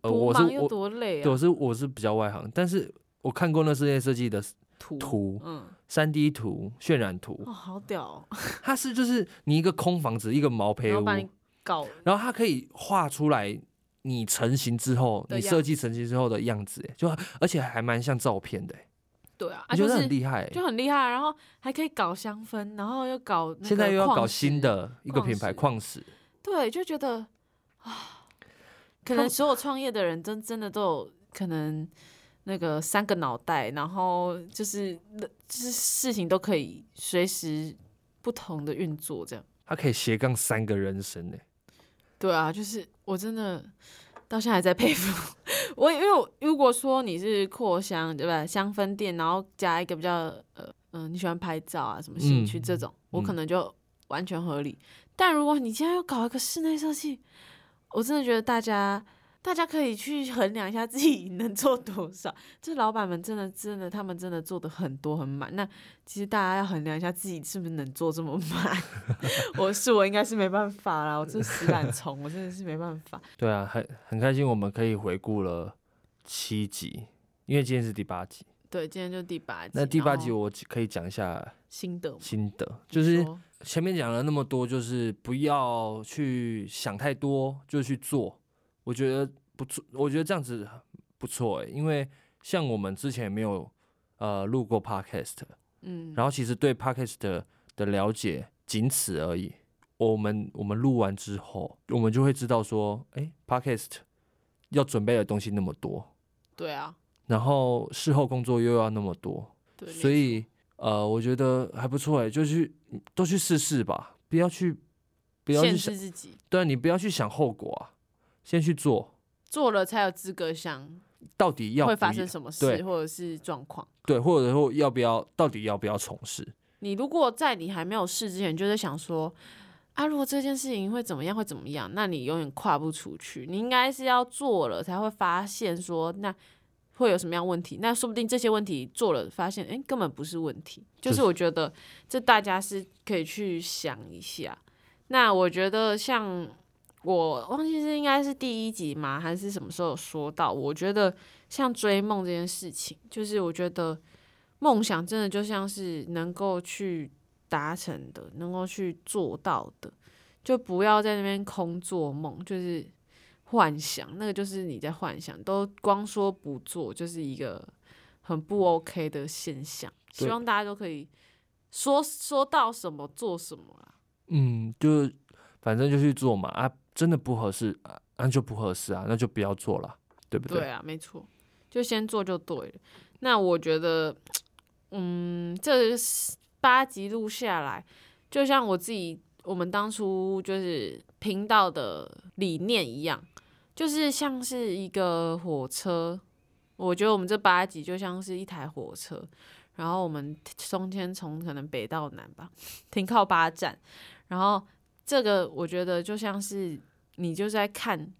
[SPEAKER 2] 呃，
[SPEAKER 1] 多
[SPEAKER 2] 我是
[SPEAKER 1] 忙又
[SPEAKER 2] 我
[SPEAKER 1] 多累
[SPEAKER 2] 对
[SPEAKER 1] 啊
[SPEAKER 2] 我，是我是比较外行，但是我看过那室内设计的
[SPEAKER 1] 图
[SPEAKER 2] 图、
[SPEAKER 1] 嗯，
[SPEAKER 2] 三 D 图、渲染图
[SPEAKER 1] 哦，，好屌、哦，
[SPEAKER 2] 它是就是你一个空房子，一个毛坯
[SPEAKER 1] 然后
[SPEAKER 2] 屋，
[SPEAKER 1] 把你搞
[SPEAKER 2] 然后它可以画出来你成型之后，
[SPEAKER 1] 的
[SPEAKER 2] 你
[SPEAKER 1] 样
[SPEAKER 2] 设计成型之后的样子，哎就而且还蛮像照片的，哎
[SPEAKER 1] 对啊，
[SPEAKER 2] 我
[SPEAKER 1] 啊
[SPEAKER 2] 觉
[SPEAKER 1] 就
[SPEAKER 2] 得
[SPEAKER 1] 是
[SPEAKER 2] 很厉害。哎
[SPEAKER 1] 就很厉害，啊然后还可以搞香氛，然后又搞那
[SPEAKER 2] 现在
[SPEAKER 1] 个
[SPEAKER 2] 又要搞
[SPEAKER 1] 矿石
[SPEAKER 2] 新，的一个
[SPEAKER 1] 矿
[SPEAKER 2] 品牌
[SPEAKER 1] 石
[SPEAKER 2] 矿石，
[SPEAKER 1] 对，就觉得啊，可
[SPEAKER 2] 他
[SPEAKER 1] 能
[SPEAKER 2] 们
[SPEAKER 1] 所有创业的人真真的都有可能那个三个脑袋，然后就是就是事情都可以随时不同的运作，这样
[SPEAKER 2] 它可以斜杠三个人生呢。欸
[SPEAKER 1] 对啊，就是我真的到现在还在佩服， 我因为我如果说你是扩香对吧，香氛店，然后加一个比较呃嗯、你喜欢拍照啊什么兴趣
[SPEAKER 2] 嗯
[SPEAKER 1] 这种，我可
[SPEAKER 2] 嗯
[SPEAKER 1] 能就完全合理。但如果你今天要搞一个室内设计，我真的觉得大家大家可以去衡量一下自己能做多少。这老板们真的真的他们真的做的很多很满，那其实大家要衡量一下自己是不是能做这么满。 我是我应该是没办法啦，我这死懒 虫，我真的是没办法。
[SPEAKER 2] 对啊，很很开心我们可以回顾了七集，因为今天是第八集。
[SPEAKER 1] 对，今天就第八集。
[SPEAKER 2] 那第八集
[SPEAKER 1] 然后
[SPEAKER 2] 我只可以讲一下
[SPEAKER 1] 心得嘛
[SPEAKER 2] 心得，就是
[SPEAKER 1] 说
[SPEAKER 2] 前面讲了那么多，就是不要去想太多，就去做。我觉得不错，我觉得这样子不错诶、因为像我们之前没有呃录过 podcast，
[SPEAKER 1] 嗯，
[SPEAKER 2] 然后其实对 podcast 的的了解仅此而已。我们我们录完之后，我们就会知道说，诶 p o d c a s t 要准备的东西那么多，
[SPEAKER 1] 对啊，
[SPEAKER 2] 然后事后工作又要那么多，
[SPEAKER 1] 对，没
[SPEAKER 2] 所以呃，我觉得还不错哎，就去都去试试吧，不要去不
[SPEAKER 1] 错
[SPEAKER 2] 要去
[SPEAKER 1] 限
[SPEAKER 2] 想
[SPEAKER 1] 制，自己，
[SPEAKER 2] 对啊，你不要去想后果啊，先去做，
[SPEAKER 1] 做了才有资格想
[SPEAKER 2] 到底要
[SPEAKER 1] 会
[SPEAKER 2] 不
[SPEAKER 1] 发
[SPEAKER 2] 要
[SPEAKER 1] 生什么事
[SPEAKER 2] 对
[SPEAKER 1] 或者是状况。
[SPEAKER 2] 对，或者说要不要，到底要不要从事？
[SPEAKER 1] 你如果在你还没有试之前就在想说。啊，如果这件事情会怎么样，会怎么样？那你永远跨不出去。你应该是要做了才会发现说，那会有什么样问题？那说不定这些问题做了，发现诶根本不是问题。就
[SPEAKER 2] 就是是
[SPEAKER 1] 我觉得这大家是可以去想一下。那我觉得像我忘记是应该是第一集嘛，还是什么时候有说到？我觉得像追梦这件事情，就是我觉得梦想真的就像是能够去达成的，能够去做到的，就不要在那边空做梦，就是幻想，那个就是你在幻想，都光说不做，就是一个很不 OK 的现象。
[SPEAKER 2] 对
[SPEAKER 1] 希望大家都可以说说到什么做什么啦。
[SPEAKER 2] 嗯，就反正就去做嘛啊，真的不合适啊，那就不合适啊，那就不要做了，对不
[SPEAKER 1] 对啊，没错，就先做就对了。那我觉得，嗯，这是八集录下来，就像我自己我们当初就是频道的理念一样，就是像是一个火车。我觉得我们这八集就像是一台火车，然后我们中间从可能北到南吧，停靠八站，然后这个我觉得就像是你就是在看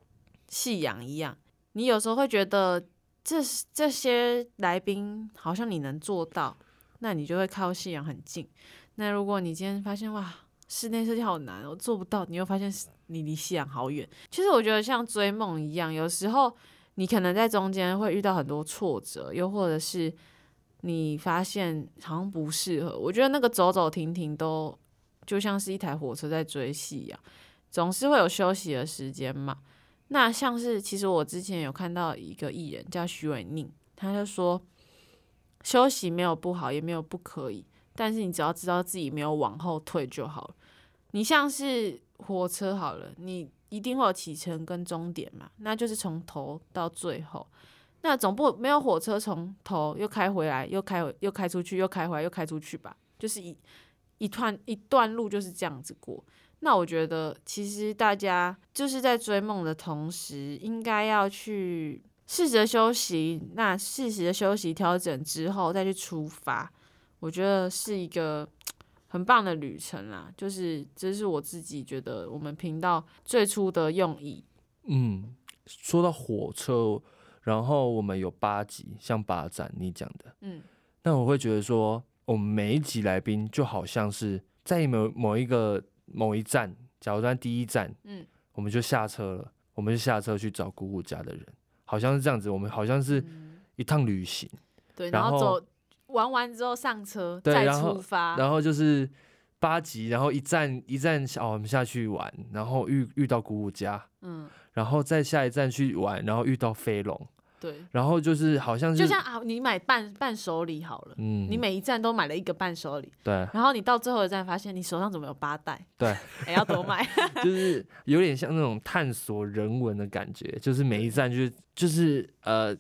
[SPEAKER 1] 夕阳一样，你有时候会觉得这是这些来宾好像你能做到，那你就会靠夕阳很近。那如果你今天发现哇，室内设计好难，我做不到，你又发现你离夕阳好远。其实我觉得像追梦一样，有时候你可能在中间会遇到很多挫折，又或者是你发现好像不适合。我觉得那个走走停停都就像是一台火车在追夕阳，总是会有休息的时间嘛。那像是其实我之前有看到一个艺人叫徐伟宁，他就说休息没有不好，也没有不可以，但是你只要知道自己没有往后退就好了。你像是火车好了，你一定会有起程跟终点嘛，那就是从头到最后。那总不没有火车从头又开回来，又开回又开出去，又开回来，又开出去吧，就是一一段一段路就是这样子过。那我觉得，其实大家就是在追梦的同时，应该要去适时的休息。那适时的休息调整之后再去出发，我觉得是一个很棒的旅程啦。就是这是我自己觉得我们频道最初的用意。
[SPEAKER 2] 嗯，说到火车，然后我们有八集，像八站你讲的，
[SPEAKER 1] 嗯，
[SPEAKER 2] 那我会觉得说，我们每一集来宾就好像是在某某一个某一站，假如在第一站，
[SPEAKER 1] 嗯，
[SPEAKER 2] 我们就下车了，我们就下车去找姑姑家的人，好像是这样子，我们好像是
[SPEAKER 1] 嗯
[SPEAKER 2] 一趟旅行，
[SPEAKER 1] 对，
[SPEAKER 2] 然
[SPEAKER 1] 然后
[SPEAKER 2] 后
[SPEAKER 1] 走玩完之后上车
[SPEAKER 2] 对
[SPEAKER 1] 再
[SPEAKER 2] 然后
[SPEAKER 1] 出发，
[SPEAKER 2] 然后就是八集，然后一站一站下，哦，我们下去玩，然后遇遇到姑姑家，
[SPEAKER 1] 嗯，
[SPEAKER 2] 然后再下一站去玩，然后遇到飞龙，
[SPEAKER 1] 对，
[SPEAKER 2] 然后就是好像是
[SPEAKER 1] 就像啊，你买伴伴手礼好了。
[SPEAKER 2] 嗯，
[SPEAKER 1] 你每一站都买了一个伴手礼，
[SPEAKER 2] 对，啊
[SPEAKER 1] 然后你到最后一站发现你手上怎么有八袋？
[SPEAKER 2] 对，
[SPEAKER 1] 还要多买。
[SPEAKER 2] 就是有点像那种探索人文的感觉，就是每一站就是就是呃，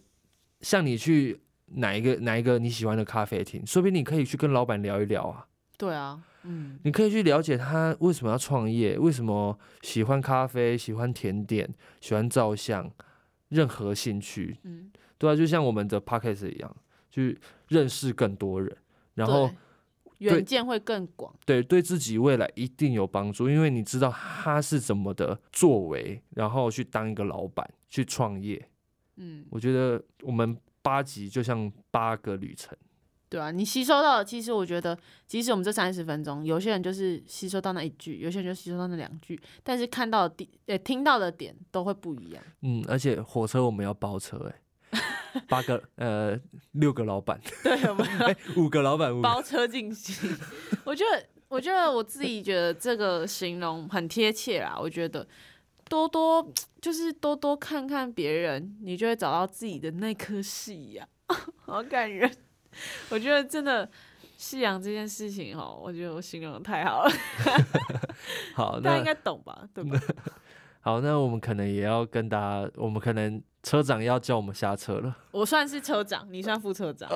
[SPEAKER 2] 像你去哪一个哪一个你喜欢的咖啡厅，说不定你可以去跟老板聊一聊啊，
[SPEAKER 1] 对啊，嗯，
[SPEAKER 2] 你可以去了解他为什么要创业，为什么喜欢咖啡，喜欢甜点，喜欢照相，任何兴趣，
[SPEAKER 1] 嗯，
[SPEAKER 2] 对啊，就像我们的 podcast 一样，去认识更多人，然后
[SPEAKER 1] 对远见会更广，
[SPEAKER 2] 对对自己未来一定有帮助，因为你知道他是怎么的作为，然后去当一个老板，去创业。
[SPEAKER 1] 嗯，
[SPEAKER 2] 我觉得我们八集就像八个旅程，
[SPEAKER 1] 对啊，你吸收到的，其实我觉得，即使我们这三十分钟，有些人就是吸收到那一句，有些人就吸收到那两句，但是看到的点，呃，听到的点都会不一样。
[SPEAKER 2] 嗯，而且火车我们要包车、欸，哎，八个呃六个老板，
[SPEAKER 1] 对，我们要
[SPEAKER 2] 哎、五个老板，五个
[SPEAKER 1] 包车进行。我觉得，我觉得我自己觉得这个形容很贴切啦。我觉得多多就是多多看看别人，你就会找到自己的那颗夕阳， 好感人。我觉得真的夕阳这件事情哦，我觉得我形容的太好了，
[SPEAKER 2] 好，
[SPEAKER 1] 大家
[SPEAKER 2] 那
[SPEAKER 1] 应该懂吧？对吧？
[SPEAKER 2] 好，那我们可能也要跟大家，我们可能车长要叫我们下车了，
[SPEAKER 1] 我算是车长，你算副车长，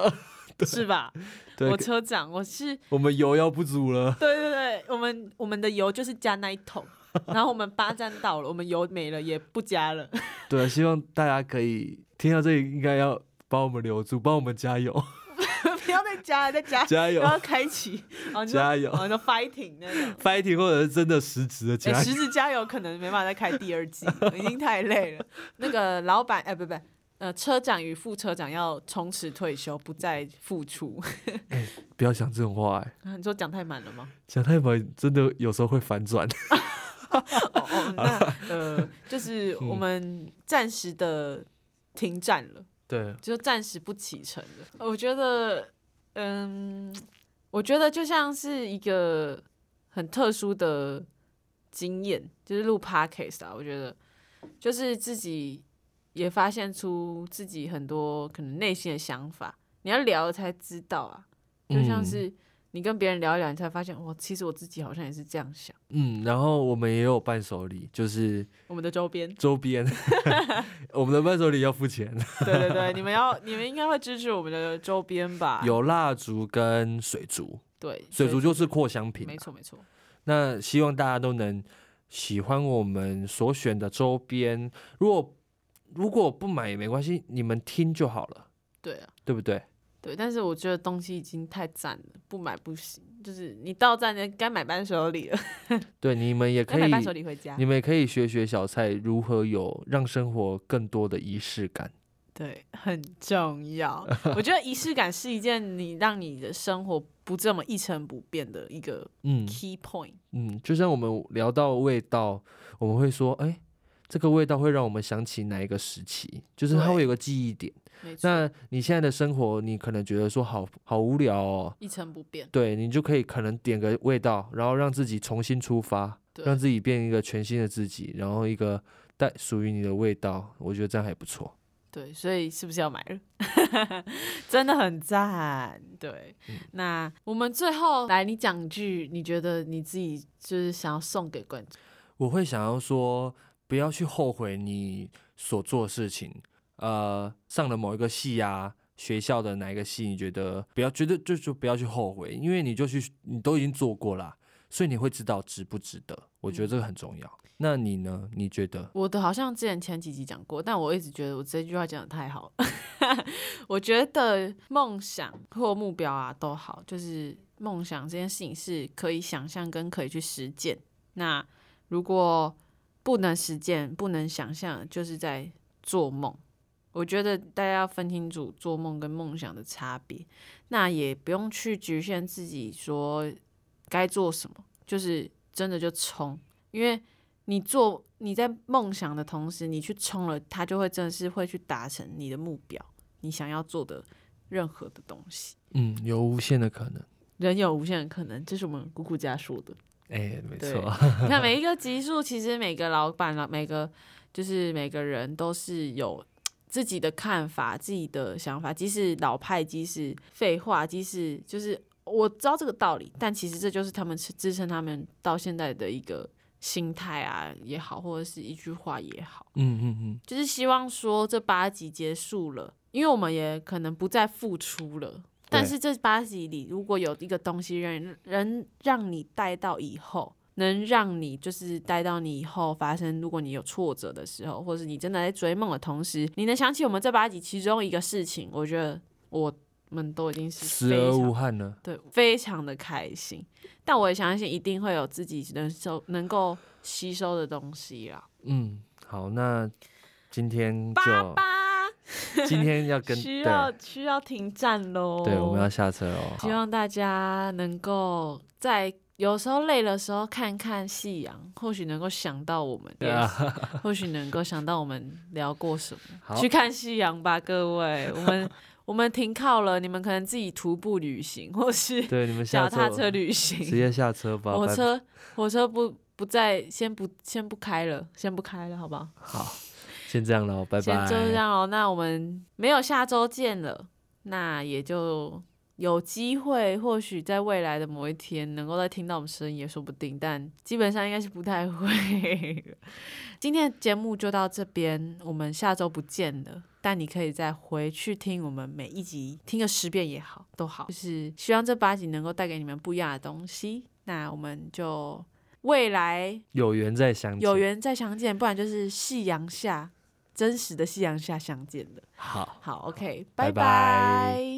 [SPEAKER 1] 是吧？
[SPEAKER 2] 呃对
[SPEAKER 1] 我，车长，我是
[SPEAKER 2] 我们油要不足了，
[SPEAKER 1] 对对对，我们我们的油就是加那一桶，然后我们八站到了，我们油没了也不加了。
[SPEAKER 2] 对啊，希望大家可以听到这里，应该要帮我们留住，帮我们加 油，
[SPEAKER 1] 不要再加了，再加，
[SPEAKER 2] 加油
[SPEAKER 1] 然，后开 启，哦然后就
[SPEAKER 2] 加油
[SPEAKER 1] 然后就 fighting 那 种。
[SPEAKER 2] ，fighting 或者是真的实质的
[SPEAKER 1] 哎、
[SPEAKER 2] 加油，
[SPEAKER 1] 十指加油可能没办法再开第二 季，已经太累了。那个老板，哎、不不，呃，车长与副车长要从此退休，不再付出。
[SPEAKER 2] 不要讲这种话、哎，
[SPEAKER 1] 啊你说讲太满了吗？
[SPEAKER 2] 讲太满真的有时候会反转，
[SPEAKER 1] 哦哦， 那呃，就是
[SPEAKER 2] 嗯
[SPEAKER 1] 我们暂时的停战了。
[SPEAKER 2] 对，
[SPEAKER 1] 就暂时不启程了。我觉得，嗯，我觉得就像是一个很特殊的经验，就是录 podcast 啊。我觉得，就是自己也发现出自己很多可能内心的想法，你要聊了才知道啊。就像是你跟别人聊一聊，你才发现，哇，其实我自己好像也是这样想。
[SPEAKER 2] 嗯，然后我们也有伴手礼，就是
[SPEAKER 1] 我们的周边，
[SPEAKER 2] 周 边，我们的伴手礼要付钱，
[SPEAKER 1] 对对对，你们要，你们应该会支持我们的周边吧？
[SPEAKER 2] 有蜡烛跟水烛，
[SPEAKER 1] 对，
[SPEAKER 2] 水烛就是扩香瓶啊
[SPEAKER 1] 没，错没错，
[SPEAKER 2] 那希望大家都能喜欢我们所选的周边。如果如果不买也没关系，你们听就好了，
[SPEAKER 1] 对啊。
[SPEAKER 2] 对不对？
[SPEAKER 1] 对，但是我觉得东西已经太赞了，不买不行。就是你到站了，该买伴手礼了，
[SPEAKER 2] 对，你们也
[SPEAKER 1] 该
[SPEAKER 2] 可
[SPEAKER 1] 买
[SPEAKER 2] 以，
[SPEAKER 1] 伴手礼回啊家
[SPEAKER 2] 你。们也可以学学小蔡如何有让生活更多的仪式感。
[SPEAKER 1] 对，很重要。我觉得仪式感是一件你让你的生活不这么一成不变的一个
[SPEAKER 2] 嗯
[SPEAKER 1] key point。
[SPEAKER 2] 嗯，就像我们聊到味道，我们会说，哎，这个味道会让我们想起哪一个时期，就是它
[SPEAKER 1] 对
[SPEAKER 2] 会有个记忆点。
[SPEAKER 1] 没错，
[SPEAKER 2] 那你现在的生活，你可能觉得说好好无聊哦，
[SPEAKER 1] 一成不变。
[SPEAKER 2] 对你就可以可能点个味道，然后让自己重新出发，
[SPEAKER 1] 对
[SPEAKER 2] 让自己变一个全新的自己，然后一个带属于你的味道，我觉得这样还不错。
[SPEAKER 1] 对，所以是不是要买了？ 真的很赞。对，
[SPEAKER 2] 嗯
[SPEAKER 1] 那我们最后来，你讲句你觉得你自己就是想要送给观众。
[SPEAKER 2] 我会想要说，不要去后悔你所做的事情，呃，上了某一个系啊。学校的哪一个系，你觉得不要觉得就就不要去后悔，因为你就去你都已经做过啦，所以你会知道值不值得。我觉得这个很重要。
[SPEAKER 1] 嗯
[SPEAKER 2] 那你呢？你觉得？
[SPEAKER 1] 我的好像之前前几集讲过，但我一直觉得我这句话讲的太好了。 我觉得梦想或目标啊都好，就是梦想这件事情是可以想象跟可以去实践。那如果不能实践、不能想象，就是在做梦。我觉得大家要分清楚做梦跟梦想的差别，那也不用去局限自己说该做什么，就是真的就冲，因为你做你在梦想的同时，你去冲了，它就会真的是会去达成你的目标，你想要做的任何的东西。
[SPEAKER 2] 嗯，有无限的可能。
[SPEAKER 1] 人有无限的可能，这是我们姑姑家说的。
[SPEAKER 2] 哎、没
[SPEAKER 1] 对
[SPEAKER 2] 错。
[SPEAKER 1] 你看每一个级数，其实每个老板啊，每个就是每个人都是有自己的看法、自己的想法，即使老派，即使废话，即使就是我知道这个道理，但其实这就是他们支支撑他们到现在的一个心态啊也好，或者是一句话也好。
[SPEAKER 2] 嗯嗯嗯，
[SPEAKER 1] 就是希望说这八集结束了，因为我们也可能不再付出了。但是这八集里，如果有一个东西让人让你带到以后，能让你就是待到你以后发生，如果你有挫折的时候，或是你真的在追梦的同时，你能想起我们这八集其中一个事情，我觉得我们都已经是
[SPEAKER 2] 死
[SPEAKER 1] 非
[SPEAKER 2] 而
[SPEAKER 1] 常
[SPEAKER 2] 无憾呢。
[SPEAKER 1] 对，非常的开心。但我也相信一定会有自己能收能够吸收的东西啦。
[SPEAKER 2] 嗯，好，那今天
[SPEAKER 1] 爸
[SPEAKER 2] 就
[SPEAKER 1] 爸
[SPEAKER 2] 今天 要跟
[SPEAKER 1] 需
[SPEAKER 2] 对
[SPEAKER 1] 要需要停战喽。
[SPEAKER 2] 对，我们要下车哦。
[SPEAKER 1] 哦希
[SPEAKER 2] 好，
[SPEAKER 1] 望大家能够在有时候累的时候看看夕阳，或许能够想到我们，
[SPEAKER 2] 对啊
[SPEAKER 1] yes，或许能够想到我们聊过什么。
[SPEAKER 2] 好
[SPEAKER 1] 去看夕阳吧，各位，我 们我们停靠了，你们可能自己徒步旅行，或是
[SPEAKER 2] 对，你们
[SPEAKER 1] 脚
[SPEAKER 2] 下
[SPEAKER 1] 踏
[SPEAKER 2] 车
[SPEAKER 1] 车旅
[SPEAKER 2] 直
[SPEAKER 1] 行。
[SPEAKER 2] 接下车吧。
[SPEAKER 1] 火
[SPEAKER 2] 拜
[SPEAKER 1] 车火车不不再先不先不开了，先不开了，好不好？
[SPEAKER 2] 好，先这样了，拜
[SPEAKER 1] 先
[SPEAKER 2] 拜。
[SPEAKER 1] 就这样哦。那我们没有下周见了，那也就有机会，或许在未来的某一天能够再听到我们声音也说不定，但基本上应该是不太会。今天的节目就到这边，我们下周不见了。但你可以再回去听我们每一集，听个十遍也好，都好。就是希望这八集能够带给你们不一样的东西。那我们就未来
[SPEAKER 2] 有缘再相见。
[SPEAKER 1] 有缘再相见，不然就是夕阳下真实的夕阳下相见的。
[SPEAKER 2] 好。
[SPEAKER 1] 好，OK，
[SPEAKER 2] 拜
[SPEAKER 1] 拜
[SPEAKER 2] 拜
[SPEAKER 1] 拜